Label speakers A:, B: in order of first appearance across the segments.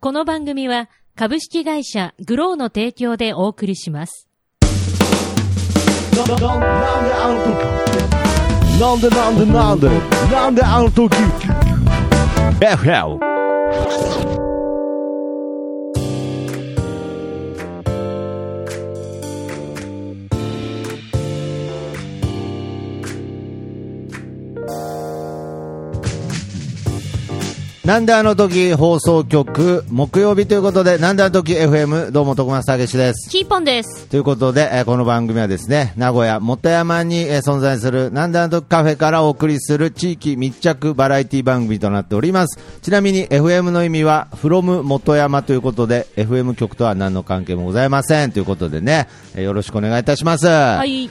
A: この番組は株式会社グローの提供でお送りします。
B: なんであの時なんでなんでなんでなんであの時 FL
C: なんであの時放送局木曜日ということで、なんであの時 FM どうも徳松たけしです。
A: キーポンです。
C: ということで、えーこの番組はですね、名古屋元山に、えー存在するなんであの時カフェからお送りする地域密着バラエティ番組となっております。ちなみに FM の意味は from 元山ということで、FM 局とは何の関係もございませんということでね、えーよろしくお願いいたします。
A: は。
C: はい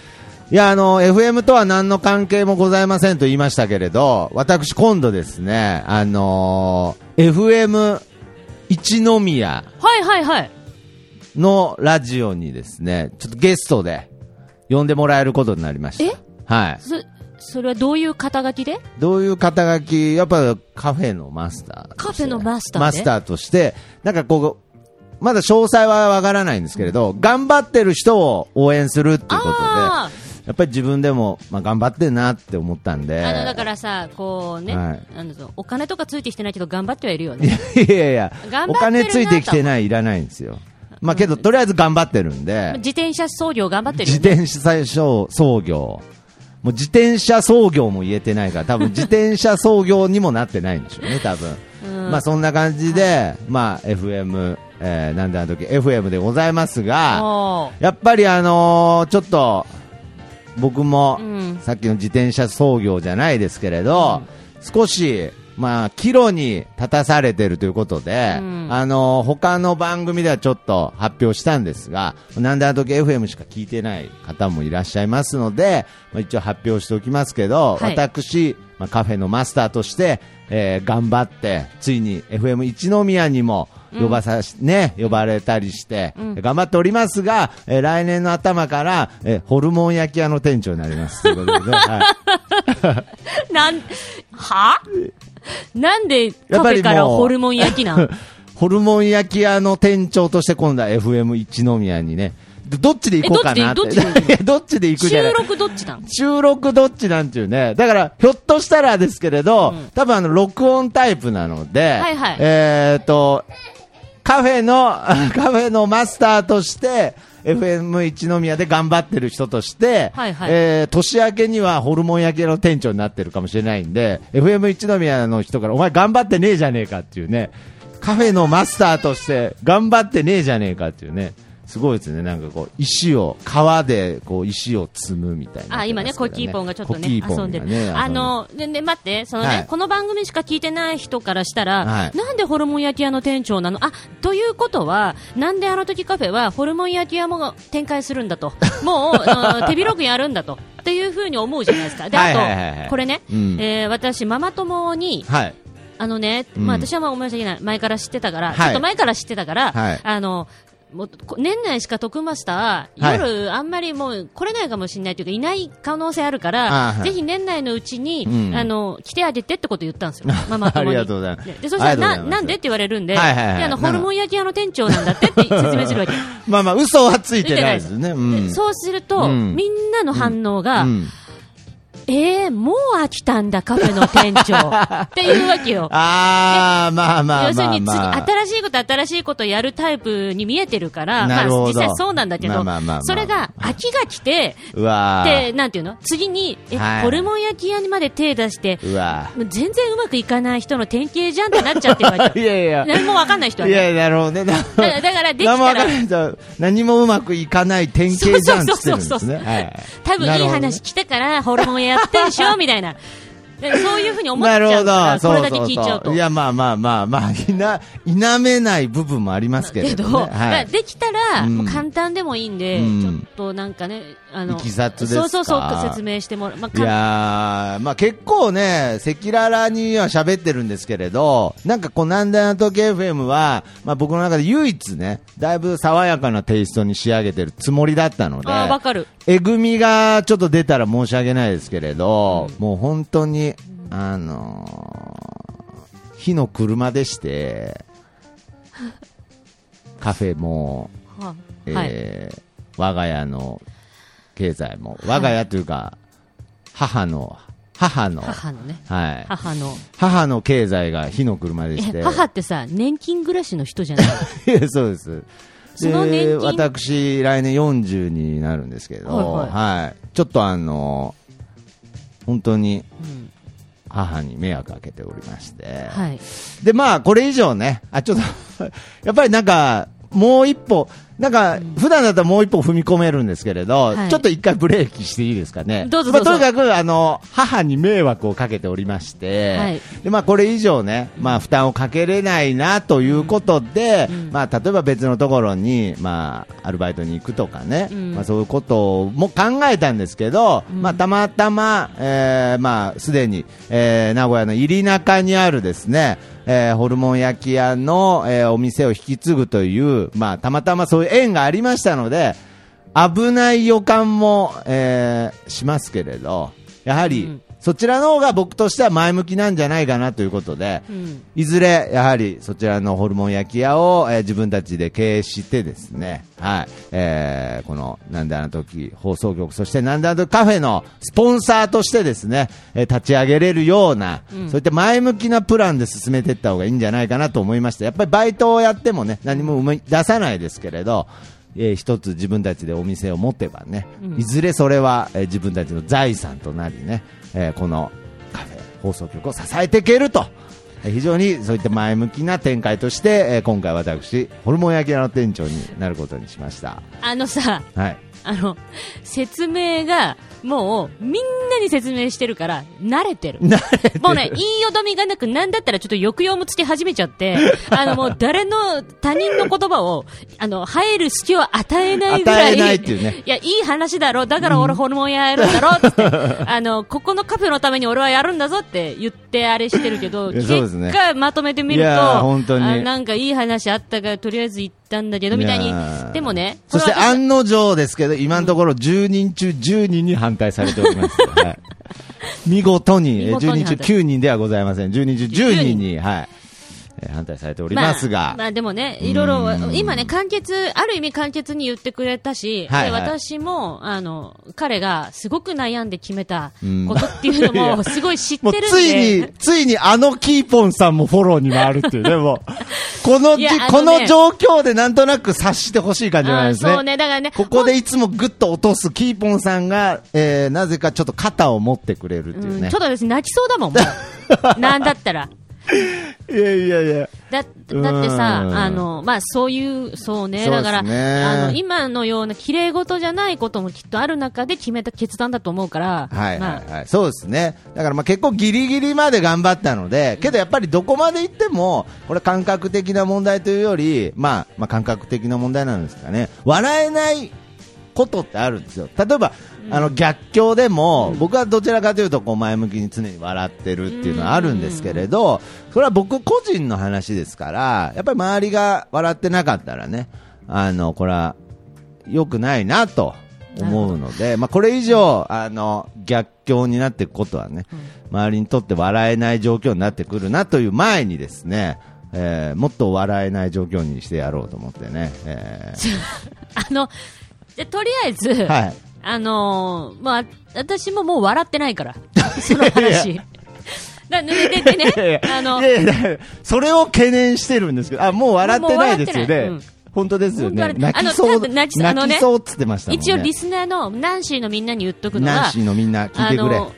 C: いや、あの、FM とは何の関係もございませんと言いましたけれど、私今度ですね、あのー FM 一宮
A: はいはいはい。
C: のラジオにですね、ちょっとゲストで呼んでもらえることになりました。
A: え
C: はい。
A: そ、それはどういう肩書きで
C: どういう肩書き、やっぱカフェのマスターとして。
A: カフェのマスターで
C: マスターとして、なんかこう、まだ詳細はわからないんですけれど、頑張ってる人を応援するっていうことで
A: あ、
C: やっぱり自分でも、まあ、頑張ってんなって思ったんで。
A: あの、だからさ、こうね、
C: はい
A: あのお金とかついてきてないけど頑張ってはいるよ
C: い
A: ね。
C: やいやいや
A: 頑張ってるなと、
C: お金ついてきてない、いらないんですよ。まあけど、とりあえず頑張ってるんで、
A: 自転車操業頑張ってる
C: 自
A: よね。
C: 転車操業、もう自転車操業も言えてないから、 多分自転車操業にもなってないんでしょうね、多分。まあそんな感じで、まあ FM、えーなんであの時 FM でございますが、
A: おー
C: やっぱりあのーちょっと、僕も
A: うん、
C: さっきの自転車操業じゃないですけれど、少し、まあ、岐路に立たされてるということで、
A: うん
C: あのー他の番組ではちょっと発表したんですが、なんであの時 FM しか聞いてない方もいらっしゃいますので、まあ、一応発表しておきますけど、
A: はい
C: 私、まあ、カフェのマスターとして、えー頑張って、ついに FM 一宮にも呼ばさし、ね、呼ばれたりして、頑張っておりますが、えー来年の頭から、えーホルモン焼き屋の店長になります。というこ とでね、はい
A: なん、はなんで
C: や
A: カ
C: っ
A: フ
C: ぱりも
A: ェ
C: う
A: からホルモン焼き なん
C: ホルモン焼き屋の店長として今度は FM 一宮にね、どどっちで行こうかなって。
A: えどっちでどっちで行くの
C: いや どっちで行くじゃな
A: 収
C: い
A: 録どっちなん
C: 収録どっちなんていうね。だから、ひょっとしたらですけれど、多分あの、録音タイプなので、
A: はいはい
C: えっ、と、カフェの、 カフェのマスターとして、FM 一宮で頑張ってる人として、
A: はいはい
C: えー年明けにはホルモン焼き屋の店長になってるかもしれないんで、FM 一宮の人から、お前頑張ってねえじゃねえかっていうね、カフェのマスターとして頑張ってねえじゃねえかっていうね、すごいですね、なんかこう、石を、川でこう石を積むみたいな、
A: あ、今ね、コキーポンがちょっと
C: コキ
A: ね、
C: ーポンが
A: 遊んでる。
C: ね
A: あ、の、で、で、待って、そのね、
C: はい
A: この番組しか聞いてない人からしたら、
C: はい
A: なんでホルモン焼き屋の店長なのあ、ということは、なんであの時カフェはホルモン焼き屋も展開するんだと。 もう、あの手広くやるんだと。っていうふうに思うじゃないですか。で、あと、
C: はいはいはいはい
A: これね、
C: うん
A: えー私、ママ友に、
C: はい。
A: あのね、
C: うん
A: まあ、私はまあごめんなさいない前から知ってたから、
C: はい
A: ちょっと前から知ってたから、
C: はい
A: あのもうこ年内しか徳マスター、
C: はい
A: 夜、あんまりもう来れないかもしれないというか、いない可能性あるから、
C: あはい
A: ぜひ年内のうちに、
C: うん
A: あの来てあげてってこと言ったんです よ、ママ友に。
C: ありがとうございます
A: ででそしたら
C: ありがとうござい
A: な、
C: ます
A: なんでって言われるんで、
C: はいはいは
A: であ
C: い
A: の
C: なの
A: ホルモン焼き屋の店長なんだってって説明するわけ。
C: まあまあ、嘘はついてないですね。う ん。
A: そうすると、
C: うん
A: みんなの反応が、
C: うん
A: えー、もう飽きたんだ、カフェの店 長っていうわけよ。
C: あー、まあまあまあまあ。
A: 要するに次、
C: り
A: 新しいこと、新しいことやるタイプに見えてるから、ま
C: な
A: あ、
C: るほど
A: 実際そうなんだけ
C: ま
A: ど
C: あまあまあま、あ
A: それが、飽きが来て、
C: うわー
A: で、なんていうの次に、え、
C: はい
A: ホルモン焼き屋にまで手出して、
C: うわ
A: もう全然うまくいかない人の典型じゃんってなっちゃってるわ
C: ー
A: け
C: い
A: よ。
C: やいや。
A: 何もわかんない人はいね。
C: やいや、なるほどね。だ
A: だだからできたら
C: 何もわかんない人何もうまくいかない典型じゃんって言ってるんで
A: そうそうそうそ
C: す
A: う
C: ね。はい
A: 多分
C: ないる
A: い
C: ほどね
A: 話来たから、ホルモンやってんでしょみたいな。でそういうふうに思っちゃ
C: なる
A: う
C: ほ
A: から、
C: ど、
A: こ
C: そ
A: れ
C: う
A: だけ
C: そう
A: 聞いちゃう
C: そ
A: と
C: う。い。や、まあまあまあまあ、いな、否めない部分もありますけれ
A: けど、
C: どね。は
A: まあ
C: い。
A: できたら、
C: うん
A: もう簡単でもいいんで、
C: うん
A: ちょっとなんかね、あの、
C: いきさつです
A: そ
C: か
A: うそうそう、説明してもらう。まあ、
C: い
A: か
C: やー、まあ結構ね、赤裸々には喋ってるんですけれど、なんかこう、なんであの時 FM は、まあ僕の中で唯一ね、だいぶ爽やかなテイストに仕上げてるつもりだったので、
A: あーわかる。
C: えぐみがちょっと出たら申し訳ないですけれど、もう本当に、 あのー火の車でして、カフェも、
A: ははい。
C: えー我が家の経済も、我が家というか、母の、母の、
A: 母のね。
C: はい。
A: 母の。
C: 母の経済が火の車でして。
A: え 母ってさ、年金暮らしの人じゃない
C: いやそうです。
A: その年金
C: 私、来年40になるんですけど、は
A: はいい
C: ちょっとあの、本当に
A: うん
C: 母に迷惑かけておりまして。
A: はい。
C: で、まあ、これ以上ね、あ、ちょっと、 やっぱりなんか、もう一歩、なんか、普段だったらもう一歩踏み込めるんですけれど、
A: はい
C: ちょっと一回ブレーキしていいですかね。
A: どうぞどうぞ
C: まあ、とにかく、あの、母に迷惑をかけておりまして、
A: はい
C: で、まあ、これ以上ね、まあ、負担をかけれないな、ということで、まあ、例えば別のところに、まあ、アルバイトに行くとかね、
A: うん
C: まあ、そういうことも考えたんですけど、まあ、たまたま、えーまあ、すでに、えー名古屋の入中にあるですね、えーホルモン焼き屋の、えーお店を引き継ぐという、まあ、たまたまそういう縁がありましたので、危ない予感も、えーしますけれど、やはり、
A: うん
C: そちらの方が僕としては前向きなんじゃないかなということで、
A: うん。
C: いずれ、やはりそちらのホルモン焼き屋を、えー自分たちで経営してですね、はい、えーこの、なんであの時放送局、そしてなんであの時カフェのスポンサーとしてですね、えー立ち上げれるような、そういった前向きなプランで進めていった方がいいんじゃないかなと思いました。やっぱりバイトをやってもね、何も生み出さないですけれど、えー一つ自分たちでお店を持てばね、いずれそれは、えー自分たちの財産となりね、えーこのカフェ、放送局を支えていけると。えー非常にそういった前向きな展開として、えー今回私、ホルモン焼き屋の店長になることにしました。
A: あのさ、
C: はい。
A: あの、説明が、もう、みんなに説明してるから、慣れてる。もうね、言いよどみがなく、なんだったらちょっと抑揚もつけ始めちゃ って、あのもう誰の、他人の言葉を、あの、入る隙を与えないぐらい。
C: 与えないっていうね
A: いや、いい話だろ、だから俺ホルモン屋やるんだろ、つって、 あの、ここのカフェのために俺はやるんだぞって言ってあれしてるけど、
C: いやそうですね
A: 結果まとめてみる
C: い
A: と、
C: や本当に
A: あなんかいい話あったから、とりあえず行ったんだけど、みたい
C: い
A: に
C: やー。
A: でもね、
C: そして
A: これは
C: 案の定ですけど、今のところ10人中10人に反対されており ます。はい見事に、え
A: 見
C: ー
A: 事
C: 10
A: に
C: 人中
A: 反対
C: 9人ではございません。10人中10人に、はい。えー反対されております
A: ま
C: が
A: あ、まあでもね、いろいろ、今ね、簡潔、ある意味簡潔に言ってくれたし、
C: はいはい
A: で私も、あの、彼がすごく悩んで決めたことっていう のも、すごい知っ
C: もう
A: てるんで。
C: ついに、ついにあのキーポンさんもフォローに回るっ ていうね、もう。このじ、
A: いやあのね
C: この状況でなんとなく察してほしい感じなんですね。
A: あーそうねだからね
C: ここでいつもグッと落とすキーポンさんが、えー、なぜかちょっと肩を持ってくれるっていう
A: うん
C: ね
A: ちょ。っと私泣きそうだもん、も うなんだったら。
C: いやいやいや。
A: だだってさ
C: うん、
A: あのまあ、そういう、そうね、
C: そうですね
A: だからあの今のような綺麗事じゃないこともきっとある中で決めた決断だと思うから、
C: はい
A: まあ
C: はいはい、そうですね、だからまあ結構ギリギリまで頑張ったので、けどやっぱりどこまで行っても、これ、感覚的な問題というより、まあ、まあ感覚的な問題なんですかね、笑えないことってあるんですよ、例えば、あの逆境でも、僕はどちらかというとこう前向きに常に笑ってるっていうのはあるんですけれど、それは僕個人の話ですから、やっぱり周りが笑ってなかったらね、あのこれは良くないなと思うので、まあ、これ以上あの逆境になっていくことはね、周りにとって笑えない状況になってくるなという前にですね、えーもっと笑えない状況にしてやろうと思ってね、えー
A: あの、じゃとりあえず、
C: はい
A: あのーまあ、私ももう笑ってない から、その話。だででで
C: いやい
A: ね
C: や、
A: あの、
C: いやいやだからそれを懸念してるんですけど、あもう笑ってないですよ
A: もう笑っ
C: ね、
A: てないうん
C: 本当ですよ
A: 本当あ
C: ね、
A: れ
C: 泣きそ
A: あ
C: う、
A: の多分泣きそうあのね
C: 泣きそうっつってましたもんね、
A: 一応リスナーのナンシーのみんなに言っとくのは、
C: ナンシーのみんな、聞いてくれ、
A: あの、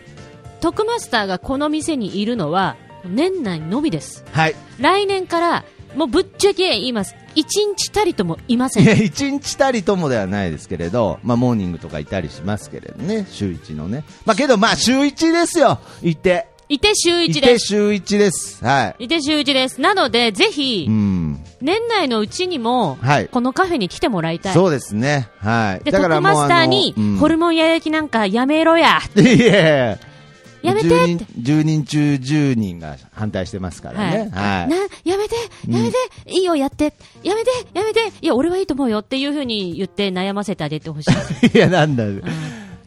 A: トクマスターがこの店にいるのは、年内のみです。
C: はい、
A: 来年から、もうぶっちゃけ言います。一日たりともいませ
C: い
A: ん
C: や。一日たりともではないですけれど、まあ、モーニングとかいたりしますけれどね、週一のね、まあ、けど、まあ、週一ですよ、いて、
A: いて週
C: い
A: 一
C: て
A: です。
C: 週一です、はい、
A: いて週一です。なので、ぜひ
C: う、ん、
A: 年内のうちにも、
C: はい
A: このカフェに来てもらいたい。
C: そうですね、はい、
A: で、トクマスターに、ホルモンや焼きなんかやめろや、
C: モン、いやい
A: やめてって
C: 10人 ,10 人中10人が反対してますからね、はい、
A: な、やめて、やめて、いいよ、やって、やめて、やめて、いや、俺はいいと思うよっていうふうに言って悩ませてあげてほしい。
C: いや、なんだ、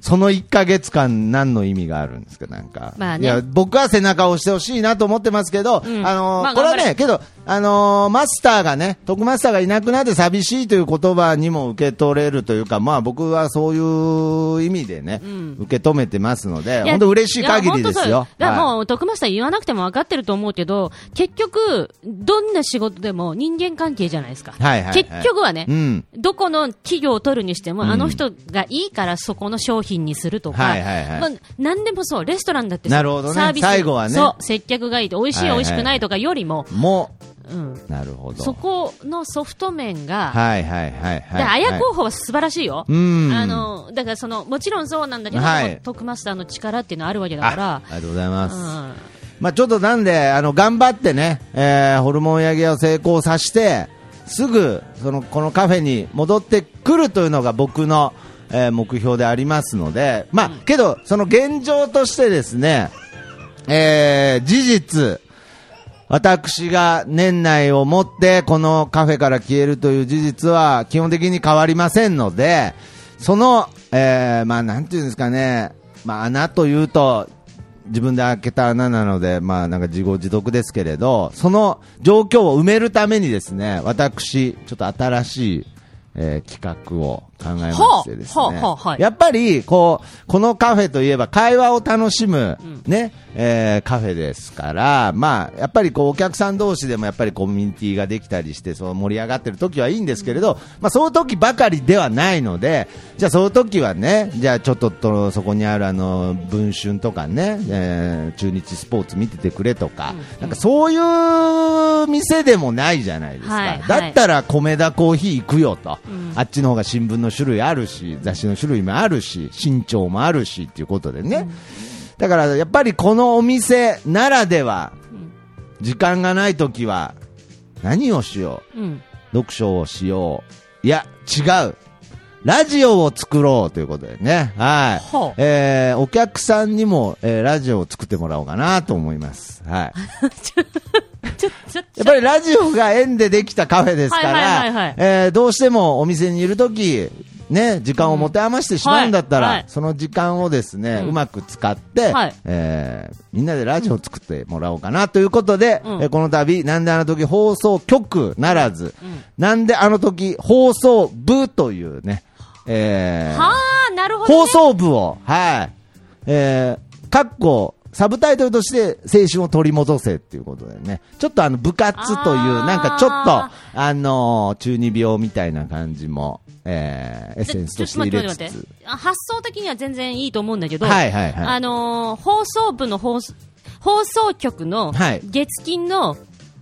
C: その1ヶ月間、何の意味があるんですか、なんか。
A: まあね
C: いや、僕は背中を押してほしいなと思ってますけど、
A: ん
C: あのー
A: まあ
C: これは
A: 頑張
C: ね、けど、あのーマスターがね、徳マスターがいなくなって寂しいという言葉にも受け取れるというか、まあ僕はそういう意味でね、受け止めてますの
A: い
C: で、
A: や
C: 本当嬉しい限りで
A: や
C: す
A: 本
C: よ
A: 当そう。だから
C: はい
A: もう、徳松さん言わなくても分かってると思うけど、結局、どんな仕事でも人間関係じゃないですか。
C: はいはいはい
A: 結局はね、
C: うん
A: どこの企業を取るにしても、
C: ん
A: あの人がいいからそこの商品にするとか、
C: はいはいはい
A: まあ、何でもそう、レストランだって
C: なるほどね
A: サービス
C: 最後はね
A: そう、接客がいいと、美味しい、
C: はい
A: 美
C: はい
A: 味しくないとかよりも、
C: も
A: うん、
C: う、なるほど。
A: そこのソフト面が、
C: はいはいはいはい。
A: で、あや
C: は
A: 候補は素晴らしいよ。
C: いうん。
A: あの、だからその、もちろんそうなんだけど、
C: はい
A: でも徳マスターの力っていうのはあるわけだ
C: あ、
A: から
C: あ、りがとうございます。
A: うん
C: まあ、ちょっとなんで、あの頑張ってね、えーホルモン焼き屋を成功させて、すぐそのこのカフェに戻ってくるというのが僕の、えー目標でありますので、まあ、けど、その現状としてですね、えー事実、私が年内をもってこのカフェから消えるという事実は基本的に変わりませんので、その、えーまあなんていうんですかね、まあ穴というと、自分で開けた穴なので、まあなんか自業自得ですけれど、その状況を埋めるためにですね、私、ちょっと新しい、えー企画を考えましてです
A: ほうほう
C: ね
A: ほうはい、
C: やっぱりこうこのカフェといえば会話を楽しむ、ねえーカフェですから、まあ、やっぱりこうお客さん同士でもやっぱりコミュニティができたりしてそう盛り上がってる時はいいんですけれど、まあ、そういう時ばかりではないのでじゃあ、そういう時はねじゃあちょっととそこにあるあの文春とかね、えー中日スポーツ見ててくれとか,、なんかそういう店でもないじゃないですか。
A: はい
C: だ
A: は
C: っ
A: い
C: たら米田コーヒー行くよと、あっちの方が新聞の種類あるし雑誌の種類もあるし身長もあるしっていうことでね、だからやっぱりこのお店ならでは、時間がない時は何をしよう
A: うん。
C: 読書をしよういや違うラジオを作ろうということでね、は
A: ほう
C: いえー、お客さんにも、えーラジオを作ってもらおうかなと思います。はい
A: ちょ、ちょ、
C: やっぱりラジオが縁でできたカフェですか
A: はいはいはいは
C: ら
A: い、
C: えーどうしてもお店にいるとき、ね、時間を持て余してしまうんだったら、
A: うんはいはい
C: その時間をですね、うまく使って、
A: はい
C: えーみんなでラジオを作ってもらおうかなということで、
A: うん
C: えーこの度、なんであの時放送局ならず、なんであの時放送部というね、えー
A: はあ、なるほど、ね。
C: 放送部を、はい、えー、かっこ、サブタイトルとして青春を取り戻せっていうことでね、ちょっとあの部活という、
A: あー
C: なんかちょっと、あのー中二病みたいな感じも、えーエッ
A: で
C: センス
A: ちょ
C: と
A: っ
C: し
A: と
C: て
A: 待
C: 入
A: って待
C: れつ
A: って待っ
C: つ
A: て。。あ発想的には全然いいと思うんだけど、
C: はいはいはい
A: あのー放送部の放送、放送局の
C: はい
A: 月金の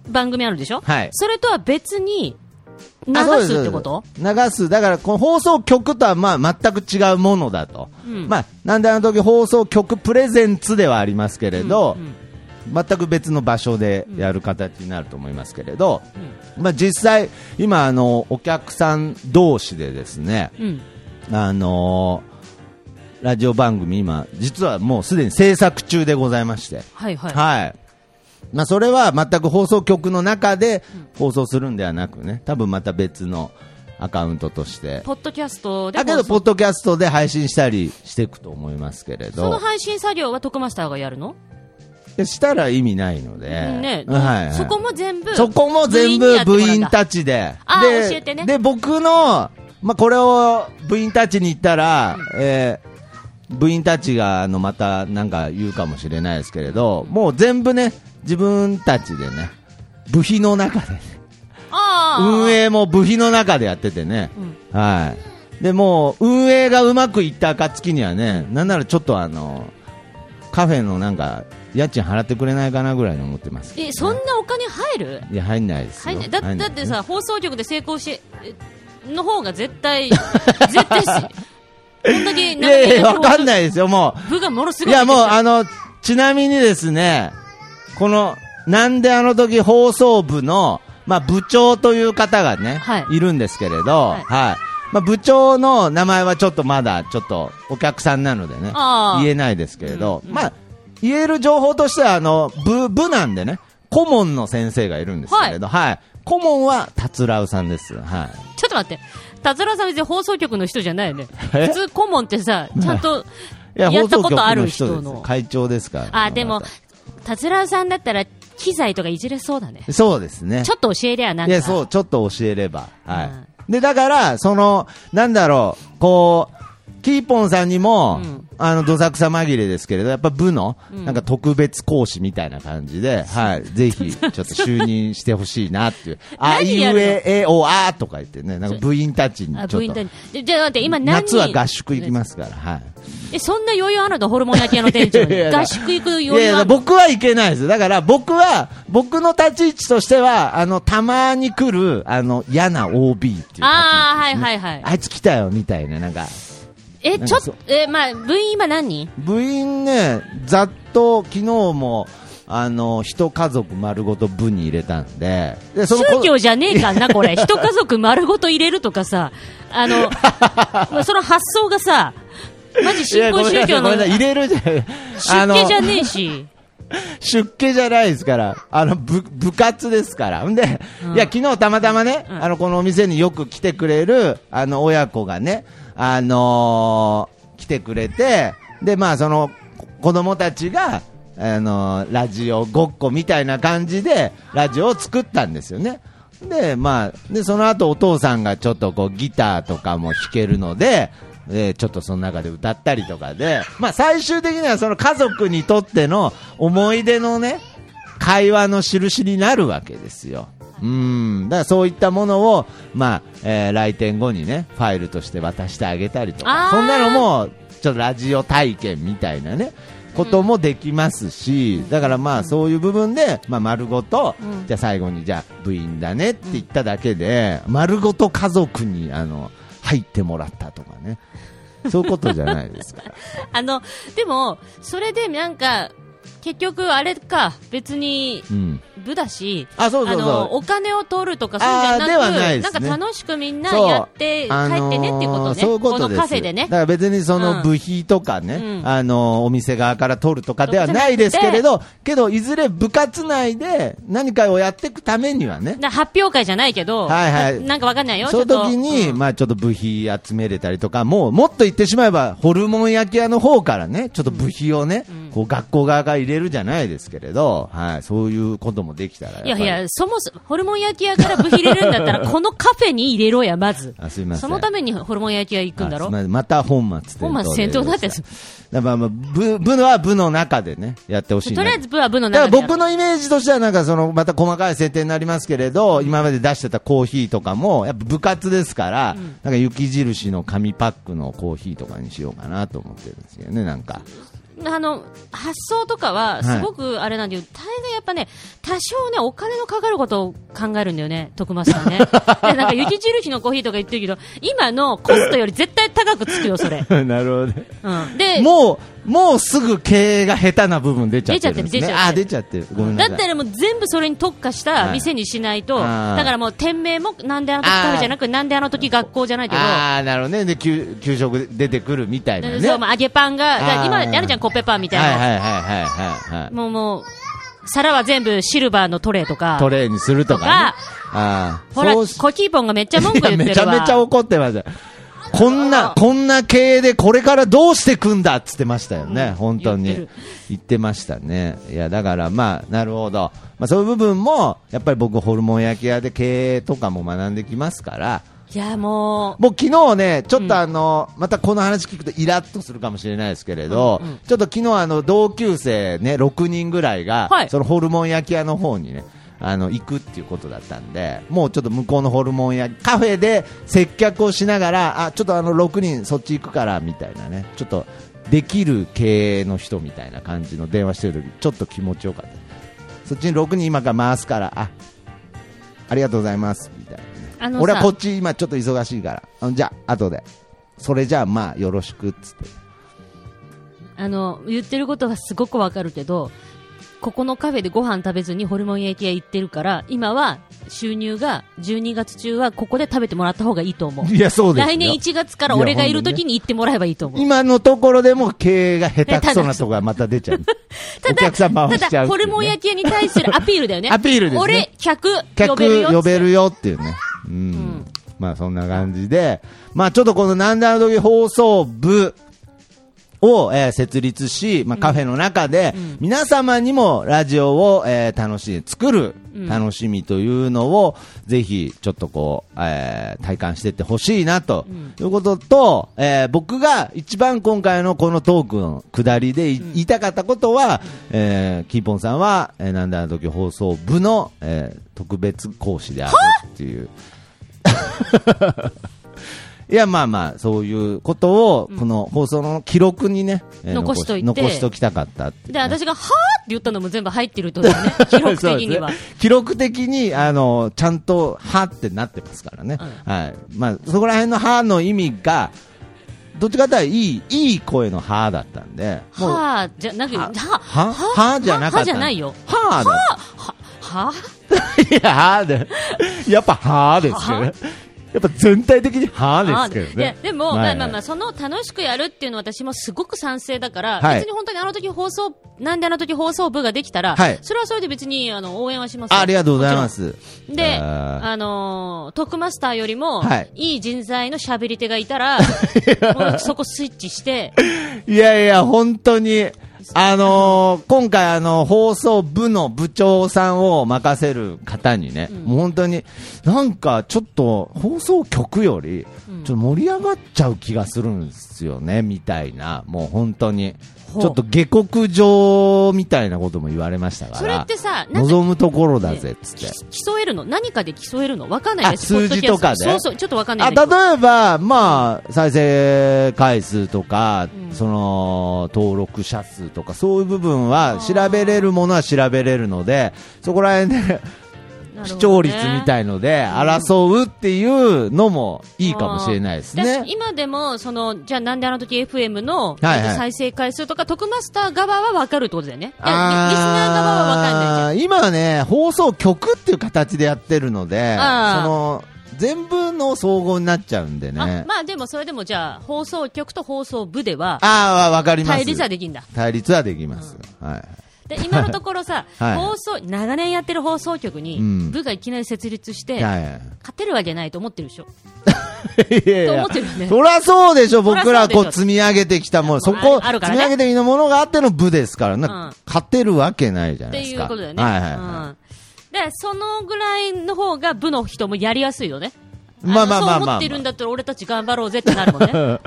A: 番組あるでしょ、
C: はい
A: それとは別に流
C: あそうです
A: ってこと
C: そうです流す。だから、この放送局とはまあ全く違うものだと。まあ、なんであの時放送局プレゼンツではありますけれど、全く別の場所でやる形になると思いますけれど、まあ実際、今、あの、お客さん同士でですね、
A: うん。
C: あのーラジオ番組今、実はもうすでに制作中でございまして、
A: はいはい。
C: はい。まあ、それは全く放送局の中で放送するんではなくね、多分また別のアカウントとして。
A: ポッドキャストで
C: だけど、ポッドキャストで配信したりしていくと思いますけれ
A: その
C: ど、
A: 配信作業は徳マスターがやるの、
C: いやしたら意味ないので、
A: ね、
C: はいはい
A: そこも全部。
C: そこも全
A: 部員に
C: 部
A: やっても
C: 部
A: らうん
C: 員
A: だ
C: たちで
A: あ。ー
C: で
A: 教えてね
C: で、僕の、まあ、これを部員たちに言ったら、えー部員たちが、あの、またなんか言うかもしれないですけれど、もう全部ね、自分たちでね、部費の中でね、
A: ああ。
C: 運営も部費の中でやっててね、はい。で、もう、運営がうまくいった暁にはね、なんならちょっとあの、カフェのなんか、家賃払ってくれないかなぐらいに思ってますけどね、
A: え、そんなお金入る
C: いや、入んないです
A: は
C: よ。
A: いね、だ
C: 入んな
A: だ
C: い
A: ってさ、放送局で成功しえの方が絶対、 絶対し、こんだけ
C: いやいや、わかん
A: い。
C: ないですよ、も
A: 部がものす
C: う。い
A: ごい出て
C: や、
A: きた。
C: もう、あの、ちなみにですね、この、なんであの時放送部の、まあ、部長という方がね、、
A: はい
C: るんですけれど、は。
A: はいい
C: まあ、部長の名前はちょっとまだ、ちょっと、お客さんなのでね、
A: あー
C: 言えないですけれど、まあ、言える情報としては、あの、部、部なんでね、顧問の先生がいるんですけれど、はい。顧問は、達郎さんです。はい。
A: ちょっと待って。達郎さん別に放送局の人じゃないよね。
C: え
A: 普通顧問ってさ、ちゃん と、
C: いや、
A: や
C: 放
A: った
C: 送
A: こ
C: 局
A: とあ
C: の
A: る
C: 人
A: 人
C: です
A: の。
C: 会長ですから。
A: あ、でも、達郎さんだったら、機材とかいじれそうだね。
C: そうですね。
A: ちょっと教えりゃなん
C: い
A: か。
C: や、そう、ちょっと教えれば。はい。
A: うん
C: で、だから、その、なんだろう、こう、キーポンさんにも、
A: うん
C: あの、どさくさ紛れですけれど、やっぱ部の、
A: ん
C: なんか特別講師みたいな感じで、はい、ぜひ、ちょっと就任してほしいなっていう。あいう
A: 何やるの
C: え、えお、あとか言ってね、なんか部員たちに
A: あ、
C: ちょ
A: 部
C: っ
A: 員
C: と
A: だ。じゃ、じゃあ待って、今何
C: 夏
A: 人
C: は合宿行きますから、はい。
A: え、そんな余裕あるのホルモン焼き屋の店長
C: いやいやい
A: に。
C: や
A: 合宿行く余
C: い
A: 裕あ
C: や
A: る
C: いや、僕はいけないです。だから僕は、僕の立ち位置としては、あの、たまに来る、あの、嫌な OB っていう立ち位置ですね、
A: ああ、はいはいはい。
C: あいつ来たよみたいな、なんか、
A: え、
C: なん
A: ちょ
C: か
A: っ
C: そう
A: と、え、まあ、部員今何人
C: 部員ね、ざっと昨日も、あの、一家族丸ごと部に入れたんで、でその
A: 宗教
C: こ
A: じゃねえかな、 これ。一家族丸ごと入れるとかさ、あの、まあその発想がさ、マジ
C: い
A: 新
C: やご
A: 興
C: め
A: 宗
C: んなさい
A: 教
C: ご
A: の
C: めんなさい入れるじゃない
A: 出
C: あの
A: 家じゃねえし。
C: 出家じゃないですから、あの部部活ですから、んで、
A: うん
C: いや昨日たまたまね、
A: うん
C: あのこのお店によく来てくれるあの親子がね、あのー来てくれて、でまあそのこ子供たちがあのーラジオごっこみたいな感じでラジオを作ったんですよね。でまあでその後お父さんがちょっとこうギターとかも弾けるので。えーちょっとその中で歌ったりとかで、まあ、最終的にはその家族にとっての思い出のね会話の印になるわけですよ。うんだからそういったものを、まあえー来店後にねファイルとして渡してあげたりと
A: あ
C: か
A: ー
C: そんなのもちょっとラジオ体験みたいなねこともできますし、だからまあそういう部分で、まあ、丸ごと、じゃあ最後にじゃあ部員だねって言っただけで、丸ごと家族にあの入ってもらったとかねそういうことじゃないです か。
A: あの、でも、それでなんか、結局あれか、別に
C: う、ん
A: 部だし、
C: あそうそうそう
A: の、お金を取るとか、そうじゃなく
C: あーではないですね
A: んか楽しくみんな
C: そう
A: やって帰ってねっていうこと
C: あのー
A: ね。
C: そういうこと
A: こ
C: で
A: の
C: す。
A: カフェでね
C: だ。から別にそうの
A: ん
C: 部費とかね、
A: うん
C: あのーお店側から取るとかではないですけれど、けどいずれ部活内で何かをやっていくためにはね、
A: な発表会じゃないけど、
C: はいはい
A: ななんかわかんないよ。
C: その
A: ちょっと
C: 時に、
A: うん
C: まあちょっと部費集めれたりとか、もうもっと言ってしまえば、ホルモン焼き屋の方からね、ちょっと部費をね、こう学校側が入れるじゃないですけれど、はい、そういうこともできたら
A: い
C: や
A: や
C: っ
A: い
C: ぱり
A: や、そもそも、ホルモン焼き屋から部入れるんだった ら、このカフェに入れろや、まず。
C: あすいません
A: そのためにホルモン焼き屋行くんだろ
C: あすいませんまた本末転倒
A: 本末転倒だって
C: だからまあ部部は部の中でねやってほしいな
A: とりあえず部は部の
C: だから
A: 中でやる。
C: 僕のイメージとしてはなんかそのまた細かい設定になりますけれど、今まで出してたコーヒーとかもやっぱ部活ですから、なんか雪印の紙パックのコーヒーとかにしようかなと思ってるんですけどねなんか
A: あの、発想とかは、すごくあれなんだけど、大概やっぱね、多少ね、お金のかかることを考えるんだよね、徳松さ んね。で、なんか雪印のコーヒーとか言ってるけど、今のコストより絶対高くつくよ、それ。
C: なるほど
A: うん。で、
C: もうもうすぐ経営が下手な部分出ちゃってるんですね
A: 出ちゃってる
C: あ出ちゃってるごめんなさい
A: だったらもう全部それに特化した店にしないと、
C: はいあー
A: だからもう店名もなんであの時カフェじゃなく、なんであの時学校じゃないけど、
C: ああなるほどねで給給食で出てくるみたいなね
A: そう、まあ、揚げパンが、だから今
C: あー
A: あるじゃん、コッペパンみたいな
C: は。い
A: の
C: はいはいはいはいはい
A: もうもう、皿は全部シルバーのトレーとか。
C: トレーにするとか、ね、ああ
A: ほら、
C: そ
A: コ
C: うし
A: キーポンがめっちゃ文句言ってるわ。
C: いやめちゃめちゃ怒ってました。こんな、こんな経営でこれからどうしてくんだっつってましたよ
A: う
C: ね、
A: ん
C: 本当
A: 言って
C: に
A: る。
C: 言ってましたね。いや、だからまあ、なるほど。まあそういう部分も、やっぱり僕ホルモン焼き屋で経営とかも学んできますから、
A: いや、も
C: もう昨日ね、ちょっとあの、またこの話聞くとイラッとするかもしれないですけれど、
A: うんうん
C: ちょっと昨日あの、同級生ね、6人ぐらいが、
A: はい
C: そのホルモン焼き屋の方にね、あの、行くっていうことだったんで、もうちょっと向こうのホルモン焼き、カフェで接客をしながら、あ、ちょっとあの、6人そっち行くから、みたいなね、ちょっと、できる経営の人みたいな感じの電話してる時ちょっと気持ちよかった。そっちに6人今から回すから、あ、ありがとうございます、みたいなね。
A: う、あのさ、
C: 俺はこっち今ちょっと忙しいからあのじゃあ後でそれじゃあまあよろしくっつって
A: あの、言ってることはすごくわかるけど、ここのカフェでご飯食べずにホルモン焼き屋行ってるから、今は収入が12月中はここで食べてもらった方がいいと思う。
C: いやそうですよ
A: 来年1月から俺がいる時に行ってもらえばいいと思う。
C: 今のところでも経営が下手くそなとこがまた出ちゃうお客さん回しちゃ
A: ただ、
C: う
A: ホルモン
C: き
A: 焼き屋に対するアピールだよね。
C: アピールですね
A: 俺、客呼べる
C: 客
A: よ。
C: 呼べるよっていうねうん、まあそんな感じでまあちょっとこの「なんであの時放送部」を、えー設立し、まあ、カフェの中で、皆様にもラジオを、えー楽しい、作る楽しみというのを、ぜひ、ちょっとこう、えー体感していってほしいな、ということと、えー僕が一番今回のこのトークの下りでい言いたかったことは、えーキーポンさんは、えーなんだあの時放送部の、えー特別講師であるっていう。いや、まあまあ、そういうことを、この放送の記録にね、えー
A: 残しといて
C: 残しときたかったっていう
A: で、私が、はーって言ったのも全部入ってるというね、 記録的には
C: そう。ですね記録的にあのちゃんと「は」ってなってますからね、
A: う
C: はいまあ、そこら辺の「は」の意味がどっちかというといいいい声の「は」だったんでもうは
A: はーじゃなく、は、
C: ははじゃなかった
A: はじゃないよ。
C: はだ
A: は、は、
C: いや、はーで、やっぱはーですけどね。やっぱ全体的にはーですけど
A: いや
C: ね。
A: でも、
C: はいはい
A: まあまあまあ、その楽しくやるっていうのは私もすごく賛成だから、
C: はい
A: 別に本当にあの時放送、なんであの時放送部ができたら、
C: はい
A: それはそれで別にあの応援はしますよ
C: ありがとうございます。
A: もちろんで、
C: あ
A: あのー、トークマスターよりも、
C: はい
A: い、い人材の喋り手がいた ら、もうそこスイッチして、
C: ーいやいや、本当に、あのー今回あの、放送部の部長さんを任せる方にね、もう本当に、なんかちょっと放送局より、ちょっと盛り上がっちゃう気がするんですよね、みたいな、もう本当に。
A: ほう
C: ちょっと下克上みたいなことも言われましたから。
A: それってさ、なんか
C: 望むところだぜっつって。
A: き競えるの何かで競えるのわかんないです。
C: あ数字とかで
A: そうそう、ちょっとわかんな
C: あ
A: いんだけど
C: 例えば、まあ、再生回数とか、その登録者数とか、そういう部分は調べれるものは調べれるので、そこら辺で、
A: なる
C: 視
A: ほど
C: 聴
A: ね
C: 率みたいので、争うっていうのもいいかもしれないです
A: だ
C: ね
A: し。今でも、その、じゃあなんであの時 FM の、
C: はいはい
A: えっと再生回数とか、特マスター側は分かるってことだよね。いやリリスナ
C: あ
A: ー側は分かんないじゃん。
C: ー今はね、放送局っていう形でやってるので、
A: あー
C: その全部の総合になっちゃうんで
A: あ
C: ね。
A: まあでもそれでもじゃあ放送局と放送部では
C: ああ、わかります。
A: 対立はできんだ
C: 対立はできます。はい。
A: で今のところさ、
C: はい
A: 放送長年やってる放送局に
C: うん
A: 部がいきなり設立して、
C: はいはい
A: 勝てるわけないと思ってるでしょ
C: いやい
A: と
C: や
A: 思ってるよね
C: そりゃそうでしょ、
A: そらそうで
C: 僕
A: しょ
C: らこう積み上げてきたもの、そ
A: まあ
C: こ、
A: あるか
C: 積
A: ら
C: み
A: ね
C: 上げてきたものがあっての部ですから
A: う
C: ね、
A: ん
C: 勝てるわけないじゃ
A: っ
C: ない
A: て
C: です
A: い
C: か。
A: うことだよね、
C: はいはいはい。
A: うんでそのぐらいの方が部の人もやりやすいよね
C: まあまあまあまあ
A: のそう思ってるんだったら俺たち頑張ろうぜってなるもん ね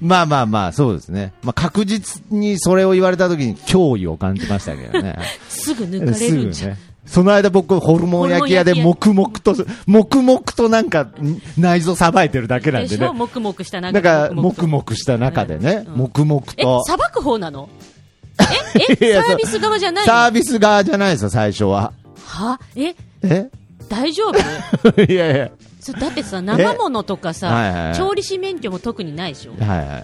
C: まあまあまあ、そうですね。まあ確実にそれを言われた時に脅威を感じましたけど ね。
A: すぐ抜かれ
C: す
A: る
C: ぐ
A: んじゃん、
C: ね。その間僕、ホルモン焼き屋で
A: ホルモ
C: 黙々と、黙々となんか内臓さばいてるだけなん
A: で
C: で
A: しょ
C: ね。
A: 黙々した中
C: なんか、
A: 黙々と
C: 黙々した中でね、
A: うん
C: 黙々
A: え
C: と。
A: さばく方なのえ
C: い
A: え
C: や
A: サービス側じゃないの
C: サービス側じゃないですよ、最初は。
A: はえ
C: え
A: 大丈夫
C: いやいや。
A: それだってさ生ものとかさ、
C: はいはいはい
A: 調理師免許も特にないでしょ
C: はいはいは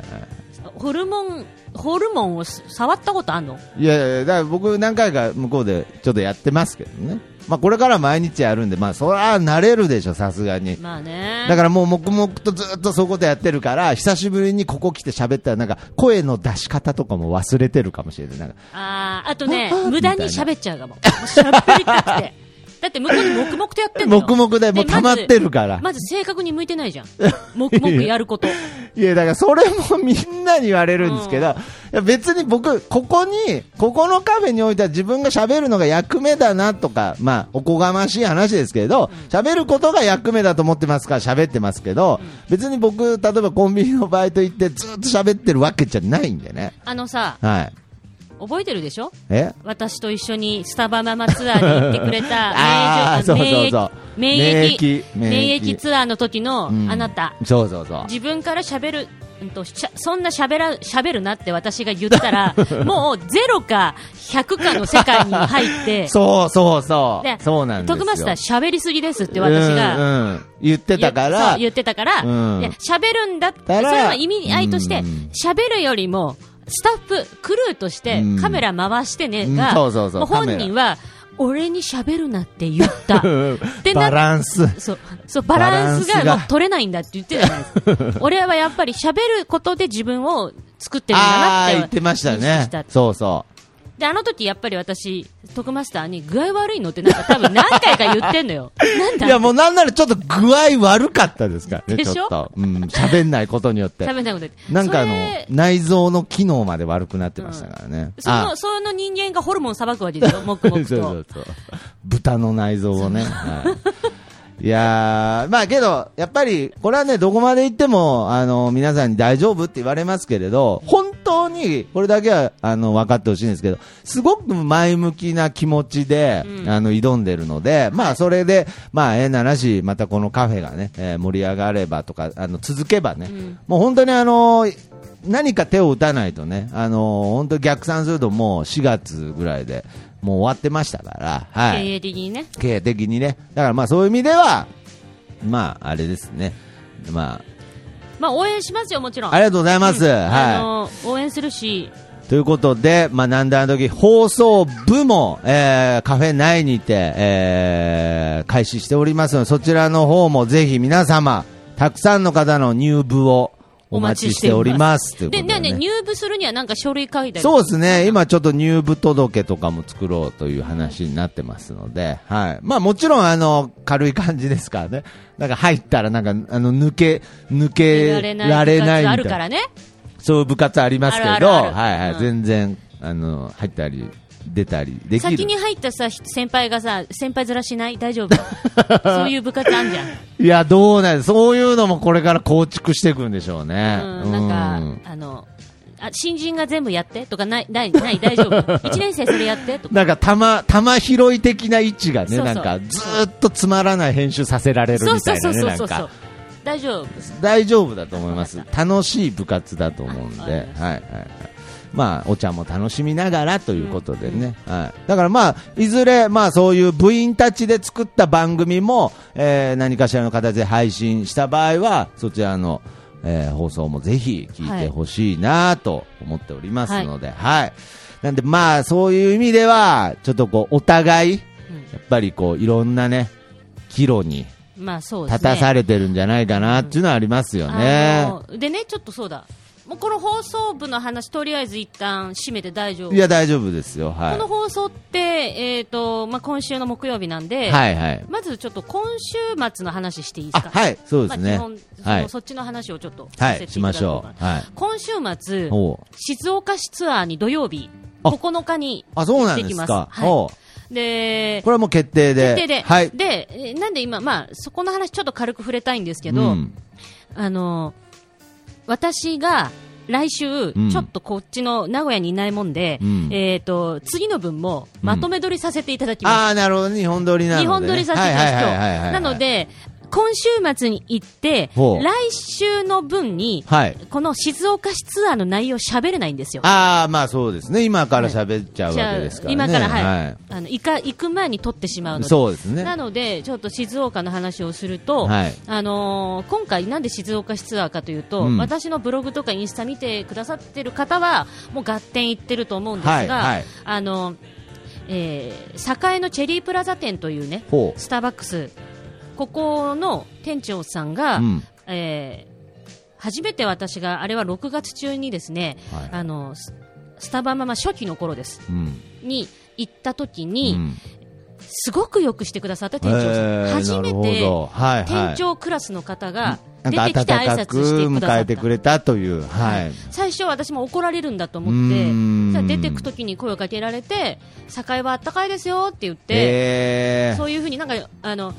A: ホルモンホルモンをす触ったことあんの
C: い。いやいやいや、だから僕何回か向こうでちょっとやってますけどね。まあこれから毎日やるんで、まあそら慣れるでしょ、さすがに。
A: まあね
C: だからもう黙々とずっとそういうことやってるから、久しぶりにここ来て喋ったらなんか声の出し方とかも忘れてるかもしれない。なんか
A: あーあとね
C: ああ
A: 無駄に喋っちゃうかももう喋りたく てだって向こうに黙々とやってんの
C: 黙々でもう
A: で
C: 溜まってるから。
A: まず正確に向いてない じゃん黙々やること
C: いや、だからそれもみんなに言われるんですけど、いや別に僕、ここに、ここのカフェにおいては自分が喋るのが役目だなとか、まあ、おこがましい話ですけど、喋ることが役目だと思ってますから喋ってますけど、別に僕、例えばコンビニのバイト行ってずっと喋ってるわけじゃないんでね。
A: あのさ
C: はい。
A: 覚えてるでしょ
C: え
A: 私と一緒にスタバママツアーに行ってくれた
C: あーそうそうそう
A: 免疫免疫
C: 免疫
A: 免
C: 免疫
A: 疫ツアーの時の
C: うん
A: あなた、
C: そうそうそう。
A: 自分から喋る、うんとしゃそんな喋ら喋るなって私が言った らもうゼロか100かの世界に入って
C: そうそうそう。
A: で
C: そうなんですよ。
A: 徳マスター喋りすぎですって私が、
C: うんうん言ってたか
A: 言っ
C: ら
A: そう、言ってたから、
C: うん
A: いや喋るんだって、そ
C: だ
A: れ
C: から
A: は意味合いとして
C: うん、
A: 喋るよりも、スタッフ、クルーとして
C: うん
A: カメラ回してね
C: うん
A: が、
C: そうそうそう
A: もう本人は、俺に喋るなって言 った。って
C: バ
A: な
C: ランス。
A: そう、そう、バランス
C: バランスが
A: がもう取れないんだって言ってたじゃないです か。俺はやっぱり喋ることで自分を作ってるんだなっ
C: あ
A: て。
C: あー言ってました
A: 認識
C: ね
A: した。
C: そうそ
A: で、あの時やっぱり私、徳マスターに具合悪いのってなんか多分何回か言ってんの よ。なん
C: い
A: だ
C: や、もうなんならちょっと具合悪かったですからね、
A: で
C: ち
A: しょ
C: ょっと。うん、喋んないことによって
A: 食。べたいこと言って。
C: なんかあの
A: それ、
C: 内臓の機能まで悪くなってましたからね。
A: そ
C: あ
A: の、その人間がホルモンさばくわけ ですよ、黙
C: そう
A: 々
C: そ
A: と
C: う。そう。豚の内臓を ね。はい、いやー、まあけど、やっぱり、これはね、どこまで行っても、あの、皆さんに大丈夫って言われますけれど、本当に、これだけは、あの、分かってほしいんですけど、すごく前向きな気持ちで、あの、挑んでるので、まあ、それで、まあ、ええならし、またこのカフェがね、えー盛り上がればとか、あの、続けばね、もう本当にあの何か手を打たないとね、あの本当逆算するともう4月ぐらいで、もう終わってましたから、はい。
A: 経営的にね。
C: 経営的にね。だからまあそういう意味では、まああれですね。ま
A: まあ応援しますよ、もちろ
C: あ、
A: ん。
C: ありがとうございます。
A: あ
C: は
A: の応援するし、
C: い。ということで、まあなんだあの時、放送部も、えー、カフェ内にて、えー、開始しておりますので、そちらの方もぜひ皆様、たくさんの方の入部をお待ちしております。ということ
A: で、
C: で、
A: ね
C: ね
A: ね、入部するにはなんか書類書いたり
C: そうですね、今ちょっと入部届とかも作ろうという話になってますので、はい。まあもちろん、あの、軽い感じですからね。なんか入ったら、なんか、あの、抜け、
A: 入
C: 抜け
A: れ
C: ら
A: ら
C: れ
A: れ
C: な
A: ないい部活あるか
C: みたいな。
A: らね。
C: そういう部活ありますけど、
A: あるあるある
C: はいはい、
A: うん
C: 全然、あの、入ったり、出たりできる。
A: 先に入ったさ、先輩がさ、先輩ずらしない大丈 夫そういう部活あんじゃん。
C: いや、どうなんそういうのもこれから構築していくんでしょうね。
A: うん、なんか、あの、あ新人が全部やってとかない、ない、ない、大丈夫。1年 生それやってとか。
C: なんか玉、玉拾い的な位置がね、
A: そうそう
C: なんか、ずーっとつまらない編集させられる
A: そう
C: み
A: そ
C: た
A: う
C: い
A: そ
C: な
A: う
C: ね、
A: そう
C: なん
A: そうそ
C: か
A: う。。大丈夫。
C: 大丈夫だと思います
A: わ。
C: 楽しい部活だと思うんで、
A: あ
C: は
A: わか
C: いは
A: り
C: い
A: ま
C: はい。まあ、お茶も楽しみながらということでね。はい。だからまあ、いずれ、まあそういう部員たちで作った番組も、えー何かしらの形で配信した場合は、そちらの、えー放送もぜひ聞いてほしいなと思っておりますので、はい。なんでまあ、そういう意味では、ちょっとこう、お互い、やっぱりこう、いろんなね、岐路に、
A: まあそうです
C: 立
A: ね。
C: たされてるんじゃないかなっていうのはありますよね。
A: あのでね、ちょっとそうだ。もうこの放送部の話、とりあえず一旦締めて大丈夫。
C: いや、大丈夫ですよ。は
A: こ
C: い。
A: の放送って、えっ、と、まあ今週の木曜日なんで、
C: はいはい。
A: まずちょっと今週末の話していいで
C: あ、
A: すか。
C: はい、そうですね
A: まあ、基本。その
C: はい。
A: そっちの話をちょっと
C: は
A: させ
C: い、
A: て
C: し
A: いた
C: ま
A: だ
C: し
A: こう
C: ょ
A: かな
C: う。はい。
A: 今週末、
C: おう
A: 静岡市ツアーに土曜日、
C: あ
A: 9日に
C: あ、そう
A: 行
C: な
A: っ
C: ん
A: て
C: で
A: き
C: す
A: ます。
C: か。おう
A: は
C: こ
A: い、で
C: れ、はもう決定で。
A: 決定で、
C: はい。
A: で、えーなんで今、まあ、そこの話ちょっと軽く触れたいんですけど、
C: うん
A: あの、私が、来週、
C: うん
A: ちょっとこっちの名古屋にいないもんで、
C: うん
A: えっ、と、次の分もまとめ撮りさせていただきます。
C: ああ、なるほど、日本撮りなので
A: 日
C: ね。
A: 本撮りさせていただき
C: はいはいはいはいは
A: と。
C: い
A: なの、で、今週末に行って、
C: ほ
A: 来
C: う
A: 週の分に、
C: はい。
A: この静岡市ツアーの内容喋れないんですよ。
C: ああ、まあそうですね。今から喋っちゃうわけですからね。
A: 今から、はい、
C: は
A: あの行か行く前に撮ってしまうの
C: い。
A: で。
C: そうですね
A: な。ので、ちょっと静岡の話をすると、
C: はい
A: あのー今回、なんで静岡市ツアーかというと、
C: うん
A: 私のブログとかインスタ見てくださってる方は、もう合点いってると思うんですが、
C: はいはい
A: あのえー栄のチェリープラザ店というね、
C: ほ
A: スターバックス、ここの店長さん
C: う。
A: が、
C: うん。
A: えー初めて私が、あれは6月中にですね、
C: はい
A: あのススタバママ初期の頃です、
C: うん。
A: に行った時
C: う
A: に、
C: ん
A: すごくよくしてくださった店長
C: えー
A: さん、初め
C: なるほ
A: て
C: どはいはい
A: 店長クラスの方が
C: な
A: 出
C: ん
A: て
C: か
A: きて挨
C: 温かく
A: 拶してくだ
C: 迎
A: さっ
C: えて
A: た
C: く。れたという、はい。
A: 最初私も怒られるんだと思
C: う
A: って
C: ーん、
A: そしたら出てく時に声をかけられて、堺はあったかいですよって言って、
C: えー
A: そういうふうになんか、あの、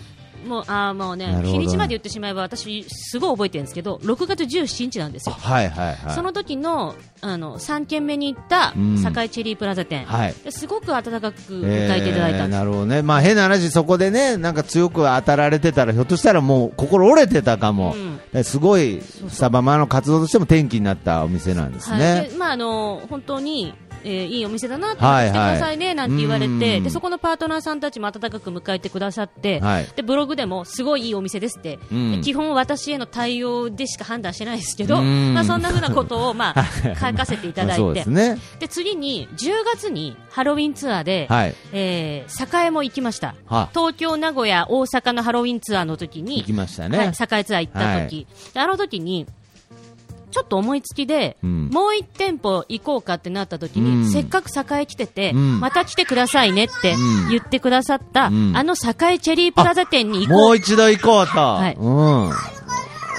A: もう、あーもうね
C: なるほど
A: 日にちまで言ってしまえば、私、すごい覚えてるんですけど、6月17日なんです
C: あ
A: よ。
C: はいはいはい。
A: その時の、あの、3軒目に行った
C: うん、
A: 堺チェリープラザ店。
C: はい。
A: ですごく温かく迎えていただいたんで
C: えー
A: す。
C: なるほどね、まあ、変な話、そこでね、なんか強く当たられてたら、ひょっとしたらもう心折れてたかも、すごい、スタバマの活動としても転機になったお店なんです
A: はい
C: ね。
A: でまあ、あの本当に、えーいいお店だなって、来てくださいねなんて言われ
C: はいはい
A: て
C: うん
A: で、そこのパートナーさんたちも温かく迎えてくださって、
C: はい
A: でブログでもすごいいいお店ですって、
C: うん
A: で基本、私への対応でしか判断してないですけ
C: う
A: ど、
C: ん
A: まあ、そんなふうなことを、ま あ、書かせていただ
C: そう
A: い
C: で
A: て
C: す、ね、
A: で次に10月にハロウィンツアーで、
C: はい、
A: えー、栄も行きました、
C: は
A: 東京、名古屋、大阪のハロウィンツアーの時に
C: 行きました
A: は
C: ね
A: い、。栄ツアー行った時、であの時にちょっと思いつきで、
C: うん
A: もう1店舗行こうかってなった時に、
C: うん
A: せっかく栄来てて、
C: うん
A: また来てくださいねって
C: うん
A: 言ってくださった、
C: うん
A: あの栄チェリープラザ店に行
C: も
A: こ
C: う
A: う
C: 一度行こうと。
A: はい
C: うん。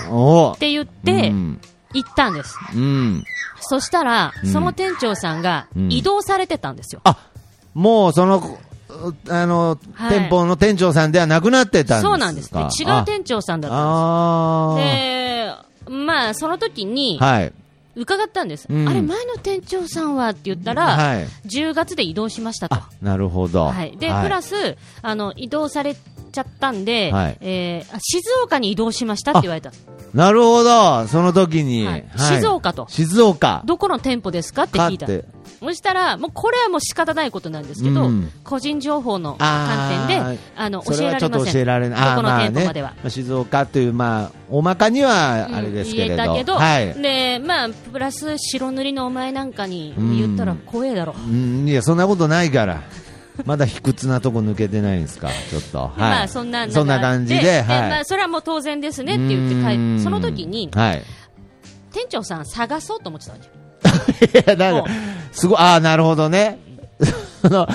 C: お
A: って言って、
C: うん。
A: 行ったんです。
C: うん
A: そしたら、
C: うん
A: その店長さんが
C: うん
A: 移動されてたんですよ。
C: あ、もうその、うあの、
A: はい
C: 店舗の店長さんではなくなってたんですか
A: そうなんですね。違う店長さんだったんです。
C: あ
A: で、まあ、その時に
C: あー。、はい。
A: 伺ったんです、
C: うん
A: あれ、前の店長さんはって言ったら、
C: はい
A: 10月で移動しましたと。
C: あ、なるほど。
A: はい、で、プラス、あの、移動されちゃったんで、
C: はい
A: えーあ静岡に移動しましたって言われた。
C: なるほど。その時に。
A: はい静岡と
C: 静岡。
A: どこの店舗ですかって
C: かっ
A: 聞いた。
C: て。
A: そしたら、もうこれはもう仕方ないことなんですけど、
C: うん
A: 個人情報の観点で、あの、
C: そ
A: 教
C: れ
A: え
C: は
A: ら
C: ちょ
A: れま
C: っと教
A: せ
C: え
A: ん。
C: られない。あ
A: ど
C: ー
A: この
C: まあ
A: 店舗
C: ね
A: までは。
C: あ静岡という、まあ、おまかには、あれですけれど。
A: うん言えたけど、
C: はい。
A: でまあ、プラス白塗りのお前なんかに言ったら怖えだろ、
C: うん、いや、そんなことないから。まだ卑屈なとこ抜けてないんですか、ちょっと。はい。
A: まあ、そんな流れ
C: そんな感じで、はい。
A: まあ、それはもう当然ですねって言って帰
C: うー
A: っ
C: ん
A: その時に、
C: はい。
A: 店長さん探そうと思ってたんですよ。
C: いや、だから
A: お
C: すごい、ああ、なるほどね。 その、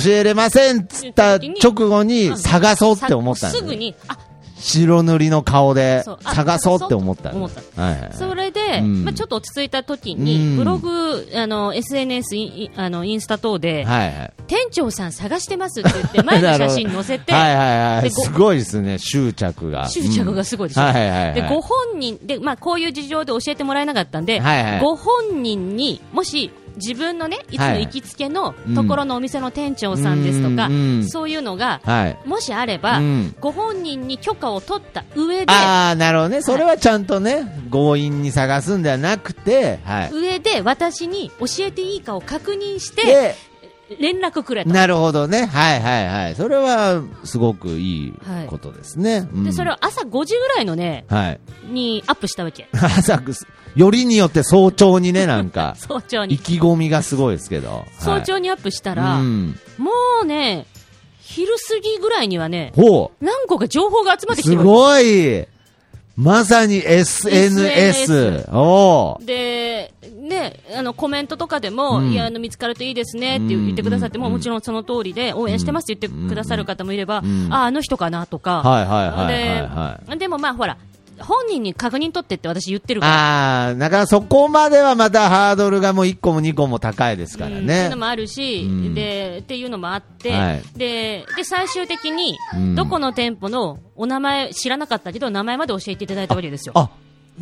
C: 教えれませんっつった直後に探そうって思ったん
A: さ
C: です
A: ぐに、あ、
C: 白塗りの顔で
A: そうあ
C: 探そうって思ったん
A: 思
C: で
A: っ
C: す
A: た
C: はいはい
A: それで、
C: うん
A: まあ、ちょっと落ち着いた時
C: うん
A: に、ブログ、あの、SNS、インあの、インスタ等で、
C: はいはい
A: 店長さん探してますって言って、 前の写真載せて、
C: はいはいはい。
A: でご
C: すごいですね、執着が。
A: 執着がすごいです
C: うん
A: よ、
C: はいはいはい。
A: でご本人で、まあ、こういう事情で教えてもらえなかったんで、
C: はいはい
A: ご本人にもし自分のねいつ
C: は
A: も
C: い
A: 行きつけのところのお店の店長さんですとか、
C: うんうん
A: そういうのが、
C: はい。
A: もしあれば、
C: うん
A: ご本人に許可を取った上で
C: ああ、なるほどね。それはちゃんとね、強引に探すんではなくて、はい。
A: 上で私に教えていいかを確認して
C: で、
A: 連絡くれと。
C: なるほどね。はいはいはい。それは、すごくいいことですね。うん
A: でそれを朝5時ぐらいのね
C: はい。
A: にアップしたわけ
C: 朝くす、よりによって早朝にね、なん か、
A: 早朝
C: 意
A: に
C: 気込みがすごいですけど。
A: 早
C: に
A: 朝にアップしたら、
C: うん。
A: もうね昼過ぎぐらいにはね
C: ほ
A: 何個か情報が集まっ
C: う。
A: てきて
C: す
A: るわ
C: ごいまさに SNS
A: SNS。
C: お
A: けで、ね、あの、コメントとかでも、
C: うん
A: いや、あの、見つかるといいですねって
C: うん
A: 言ってくださっても、
C: うん
A: もちろんその通りで、応援してますって言ってくださる方もいれば、
C: ん
A: あ、あの人かなとか。
C: はいはいはいはいは
A: で、でもまあ、ほら、本人に確認取ってって私言ってるから。
C: ああ、だからそこまではまたハードルがもう1個も2個も高いですか
A: う
C: ら
A: んってい
C: ね
A: うの。もあるし、
C: うん
A: でっていうのもあって、
C: はい
A: でで最終的に、
C: うん
A: どこの店舗のお名前知らなかったけど名前まで教えていただいたわけですよ。
C: あ、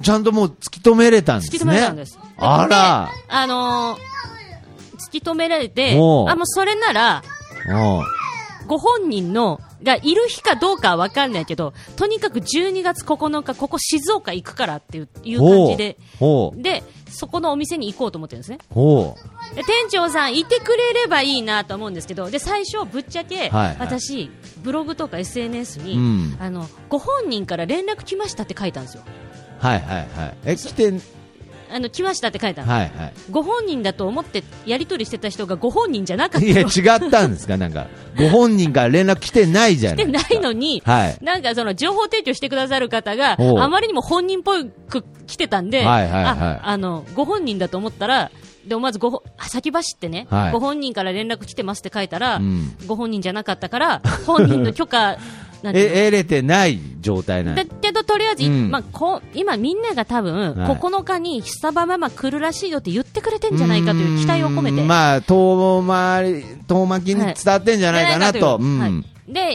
C: ちゃんともう突き止めれたんです
A: 突き
C: ね。
A: 止められたんです。
C: あら
A: で。あのー突き止められて、あ、
C: おう
A: もうそれなら、
C: おう
A: ご本人の、がいる日かどうかはわかんないけど、とにかく12月9日、ここ静岡行くからっていういう感じで、
C: ほう。
A: で、そこのお店に行こうと思ってるんですね。
C: ほ
A: で店長さんいてくれればいいなと思うんですけどで最初、ぶっちゃけ、
C: はい
A: 私ブログとか SNS に、
C: うん
A: あのご本人から連絡来ましたって書いたんですよ
C: う。はいはいはい。え、来て、
A: あの来ましたって書いたの、
C: はいは
A: ご本人だと思ってやり取りしてた人がご本人じゃなかった
C: い。いや、違ったんですかなんか、ご本人から連絡来てないじゃな
A: で
C: いで
A: な
C: すか。
A: いのに、
C: はい
A: なんかその情報提供してくださる方が
C: おう
A: あまりにも本人っぽく来てたんで、
C: はいはいはい
A: ああのご本人だと思ったら、でもまずごほあ先走ってね、
C: はい
A: ご本人から連絡来てますって書いたら、
C: うん
A: ご本人じゃなかったから、本人の許 可なんていうの
C: え、得れてない状態なん
A: だ
C: で
A: けどとりあえず、
C: うん
A: まあ、こう今、みんなが多分、
C: はい
A: 9日にスタバママ来るらしいよって言ってくれてんじゃないかという期待を込めて。
C: うんまあ、遠回り、遠巻きに伝わってんじゃないかなと。
A: じゃないか
C: うん
A: というはい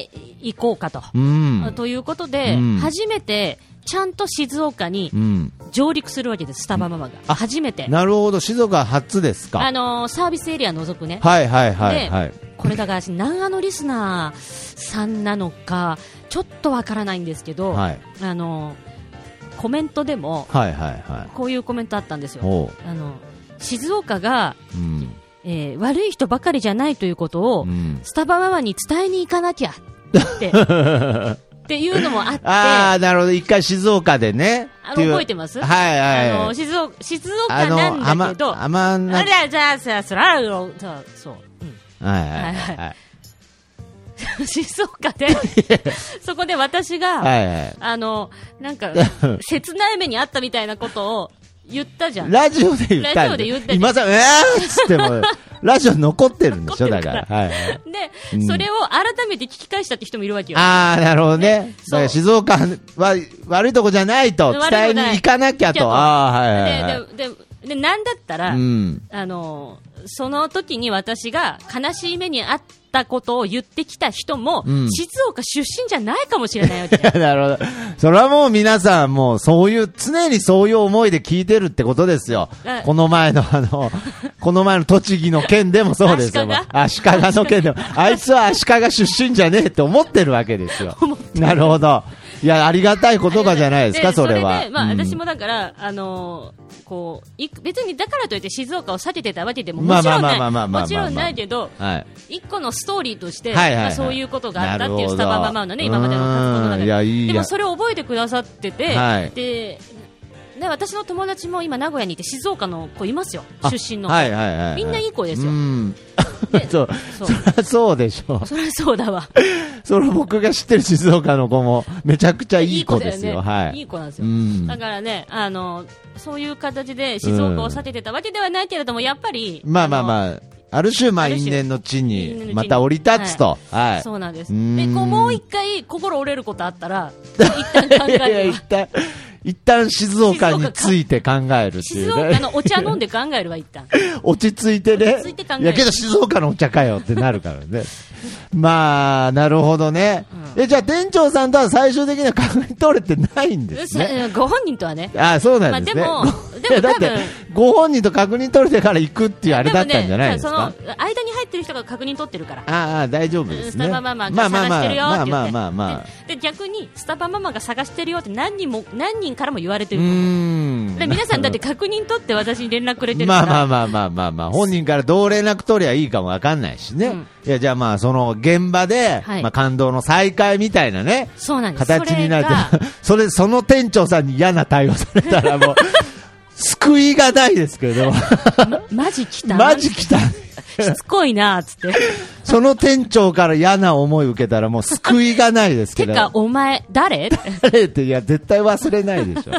A: で、行こうかと。
C: うん。
A: ということで、
C: うん
A: 初めて、ちゃんと静岡に
C: うん。
A: 上陸するわけです、スタバママが。
C: あ
A: 初めて。
C: なるほど、静岡初ですか。
A: あのーサービスエリア除くね。
C: はいはいはいはい
A: で。これだから、南アのリスナーさんなのか、ちょっとわからないんですけど、
C: はい
A: あのーコメントでも、
C: はいはいは
A: こういうコメントあったんです
C: い。
A: よ。
C: おう。
A: あの静岡が、
C: うん。
A: えー悪い人ばかりじゃないということを、
C: うん
A: スタバママに伝えに行かなきゃって っていうのもあって
C: ああ、なるほど。一回静岡でね。
A: あの
C: っていう
A: 覚えてます
C: はいはい。
A: あの静岡静岡なんだけど、
C: あま、あまな、
A: あ
C: はい
A: れじゃあさそらそうそう、
C: はい
A: はい
C: は。
A: はいうん、 静岡 でそこで私が、
C: はいはい。
A: あのなんか切ない目にあったみたいなことを言ったじゃん。
C: ラジオで言った
A: ラジオで言った
C: 今さ、えーっつっ ても、ラジオ残ってるんでしょ、
A: 残
C: だ
A: って
C: か
A: る
C: ら。
A: から
C: はい。
A: で、
C: うん
A: それを改めて聞き返したって人もいるわけよ。
C: ああ、なるほどね。だ
A: そう
C: から静岡は悪いとこじゃないと、
A: 悪いとこ
C: 伝えに行かなきゃ
A: 行か
C: と。ああ、はいはいはい。
A: で、で、で、でなんだったら、
C: うん。
A: あの、その時に私が悲しい目にあったことを言ってきた人も、
C: うん
A: 静岡出身じゃないかもしれないわけ。
C: なるほど。それはもう皆さん、もうそういう、常にそういう思いで聞いてるってことですよ
A: うん。
C: この前の あの、この前の栃木の県でもそうですよ。
A: 足利
C: 足利の県でも。あいつは足利出身じゃねえって思ってるわけです よ。なるほど。いや、ありがたい言葉じゃないですか、それは。
A: でまあ、
C: うん
A: 私もだから、あのこうい別にだからといって静岡を避けてたわけでも
C: まあ
A: もち
C: まあ
A: ろん
C: まあ
A: な
C: まあまあ
A: い
C: まあまあまあ
A: もちろんないけど、
C: はい。
A: 一個のストーリーとして、
C: はいはいはい
A: まあ、そういうことがあったって
C: ないる
A: う
C: ほ
A: ス
C: ど
A: タバママのね、今までの活動の中
C: うーんいや
A: で。
C: いいや
A: でもそれを覚えてくださってて、
C: はい
A: で、ね、私の友達も今名古屋にいて静岡の子いますよ、
C: あ
A: 出身の。
C: はいはいはいはい。
A: みんないい子ですよ
C: うん。
A: で
C: そう。
A: そう
C: そりゃそうでしょ。
A: そりゃそうだわ。
C: その僕が知ってる静岡の子も、めちゃくちゃいい子です
A: だ
C: よ。
A: ね。
C: はい。
A: い子なんです
C: う
A: よ。
C: ん。
A: だからね、あの、そういう形で静岡を避けてたわけではないけれども、やっぱり、
C: まあまあ
A: あ
C: まあ、ある種、まあ、
A: ある種
C: 因縁の地
A: 因縁の地
C: に、
A: に
C: また降り立つと。
A: の
C: はい。
A: そうなんです。
C: うーん
A: で、こう、もう一回心折れることあったら、一旦考
C: い やいや、
A: えるわ
C: 一。旦、一旦静岡について考えるってい
A: 静
C: う
A: 岡
C: ね。
A: のお茶飲んで考えるわ、一旦。
C: 落ち着いてね
A: 落ち着いて考え。る
C: いや、けど静岡のお茶かよってなるからね。 まあ、なるほどね。え、じゃあ店長さんとは最終的には考え取れてないんですね。
A: うんご本人とはね。
C: あそうなんですね。
A: まあ でも
C: ごい
A: でも
C: やだっ
A: 多分
C: て、ご本人と確認取れてから行くっていうあれだったんじゃないですか。
A: でもね、その、間に入ってる人が確認取ってるから。
C: ああ、大丈夫で
A: ス
C: すね。
A: タバママが探してるよって言って、
C: まあまあまあまあまあ。
A: でで逆にスタバママが探してるよって何人も何人からも言われて
C: う
A: ると思う
C: ーん。
A: で皆 さんだって確認取って私に連絡くれてるか
C: ま
A: ら、
C: あまあまあまあまあまあ、本人からどう連絡取りゃいいかもわかんないしね。
A: うん
C: いや、じゃあまあ、その現場で、
A: はい
C: まあ感動の再会みたいなね、
A: そうなんです
C: 形になる
A: それが
C: それ、その店長さんに嫌な対応され たらもう、救いがないですけど、
A: マジ来た
C: マジ来た。
A: しつこいなっつって
C: その店長から嫌な思い受けたらもう救いがないですけ
A: て
C: ど。
A: かお前誰
C: 誰って、いや、絶対忘れな いでしょ。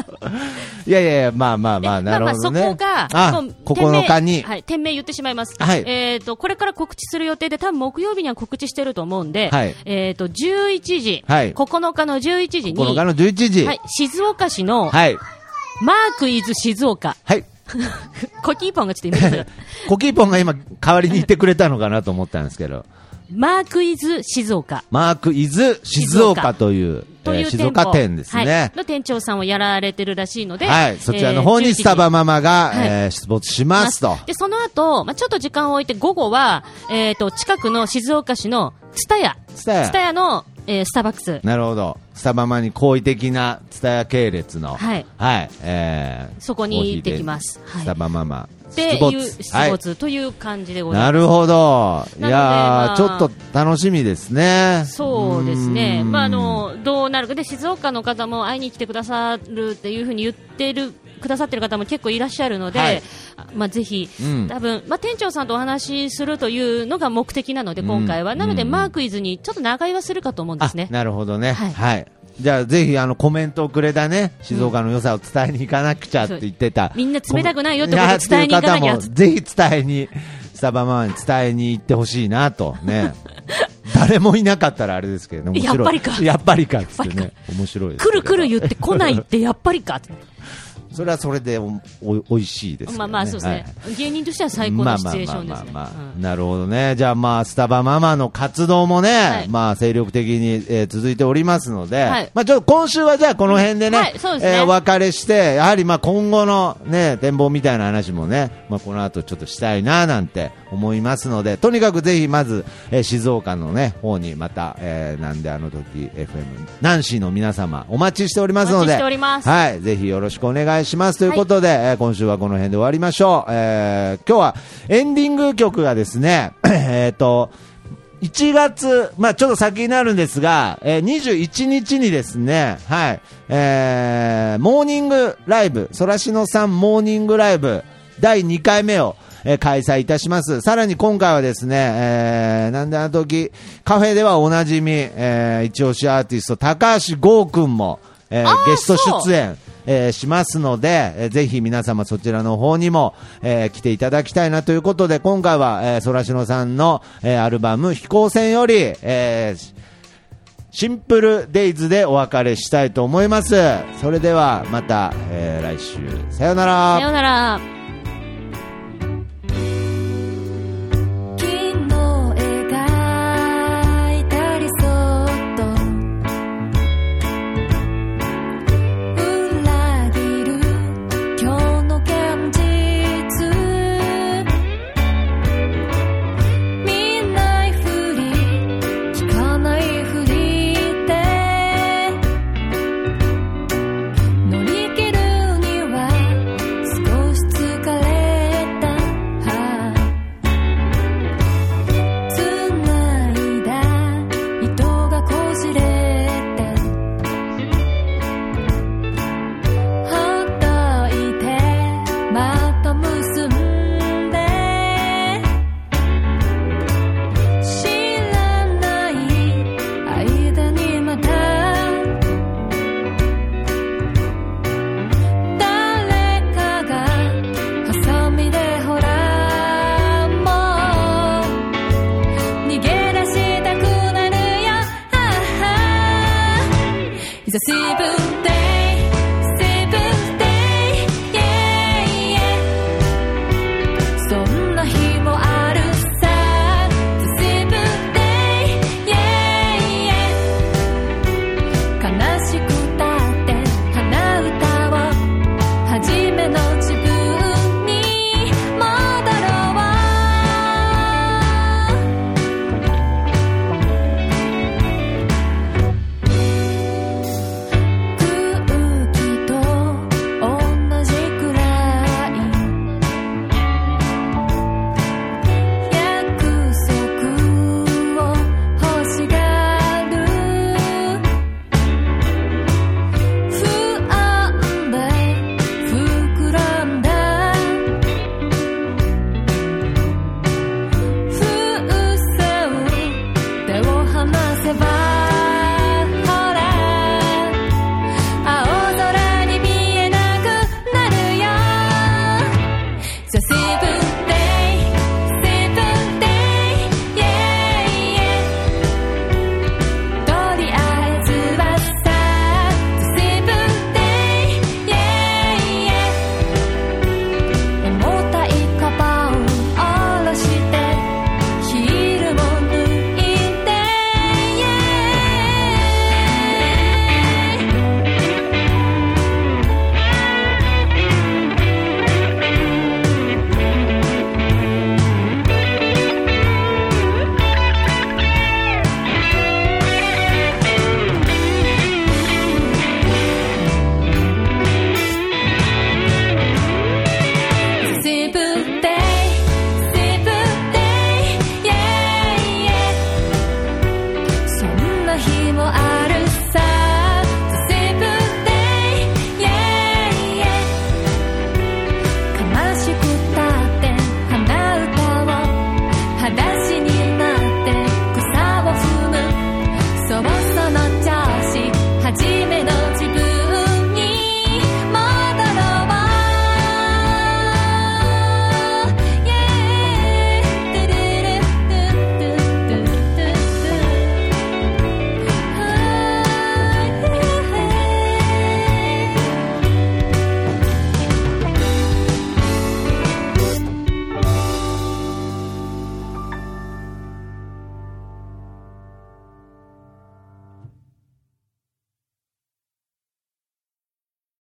C: いやいやいや、まあまあま
A: ま
C: あ、な
A: あ
C: る
A: まあ
C: ほど
A: そ
C: ね。
A: こが
C: あ
A: もう、
C: 9日
A: 店
C: に
A: 名。はい、店名言ってしまいます、
C: はい
A: えー、とこれから告知する予定で多分木曜日には告知してると思うんで、
C: はい
A: えー、と11時、
C: はい
A: 9日の11時に
C: 9日の11時。
A: はい、静岡市の、
C: はい。
A: マークイズ静岡
C: はい。
A: コキーポンがちょっとイメージが
C: コキーポンが今、代わりにいてくれたのかなと思ったんですけど、
A: マークイズ静岡
C: マーク・イズ・静岡という、
A: と
C: え
A: い
C: ー
A: う
C: 静
A: 店舗、
C: 岡店です
A: はい
C: ね。
A: の店長さんをやられてるらしいので、
C: はい。そちらの方
A: えー
C: にスタバ
A: 11
C: ママが、
A: はい
C: えー出没し
A: 時に
C: ますと。
A: で、その後、まあ、ちょっと時間を置いて、午後は、えっ、と、近くの静岡市のツタヤ。
C: 蔦屋
A: ツタヤの、えースターバックス。
C: なるほど。スタバマに好意的なツタヤ系列の、
A: はい
C: えー
A: そこに行ってきます
C: コーヒー
A: はい
C: スタバママ。
A: で、
C: 没
A: いう、出
C: はい
A: 没という感じでございます。
C: なるほど。い
A: なので
C: やー、
A: まあ
C: ちょっと楽しみですね。
A: そうですね、
C: うーん
A: まあ、あのどうなるかで静岡の方も会いに来てくださるっていうふうに言ってるくださってる方も結構いらっしゃるので、
C: はい
A: あまあ、ぜひ、
C: うん
A: 多分まあ、店長さんとお話しするというのが目的なので、今回は、
C: うん
A: なので、
C: うん
A: マークイズにちょっと長居はするかと思うんですね
C: あ。なるほどね。は。
A: はいい
C: じゃあ、ぜひ、あの、コメントをくれたね、静岡の良さを伝えに行かなくちゃって言ってた。
A: みんな冷たくないよってことを伝えに行かなきゃ
C: いやっていう方もぜひ伝えに、スタバママに伝えに行ってほしいなと、 ね。誰もいなかったらあれですけれども。面
A: や
C: 白い
A: っぱりか
C: やっぱりかっつってね。面白いです
A: 来
C: けど。
A: る来る言って来ないってやっぱりかって、
C: それはそれでお、お、おいしいですけどね。
A: まあまあそうですね、芸人としては最高
C: ま
A: の
C: あ
A: シ
C: まあ
A: チュエーショ
C: まあ
A: ンで
C: ますあ
A: ね
C: まあ
A: うん
C: なるほどね。じゃあまあ、スタバママの活動もね、
A: はい
C: まあ、精力的に、えー続いておりますので、
A: はい
C: まあ、ちょっと今週はじゃあこの辺でね、
A: うんはいそうですね
C: えーお別れして、やはりまあ、今後のね、展望みたいな話もね、まあ、この後ちょっとしたいな、なんて思いますので、とにかくぜひまず、えー静岡のね、方にまた、えーなんであの時、FM、ナンシーの皆様、お待ちしております
A: お
C: ので、
A: 待ちしております
C: はい、ぜひよろしくお願いしますということで、えー今週はこの辺で終わりましょう。えー今日はエンディング曲がですね、 えっと、1月、まあちょっと先になるんですが、えー21日にですね、はい、えーモーニングライブ、そらしのさんモーニングライブ、第2回目を、えー開催いたします。さらに今回はですね、えーなんであの時、カフェではおなじみ、えー一押しアーティスト、高橋剛くんも、えーゲスト出演、えーしますので、えーぜひ皆様そちらの方にも、えー来ていただきたいなということで、今回は、えー、そらしのさんの、えーアルバム、飛行船より、えーシンプルデイズでお別れしたいと思います。それではまた、えー来週。さようなら
A: さようなら。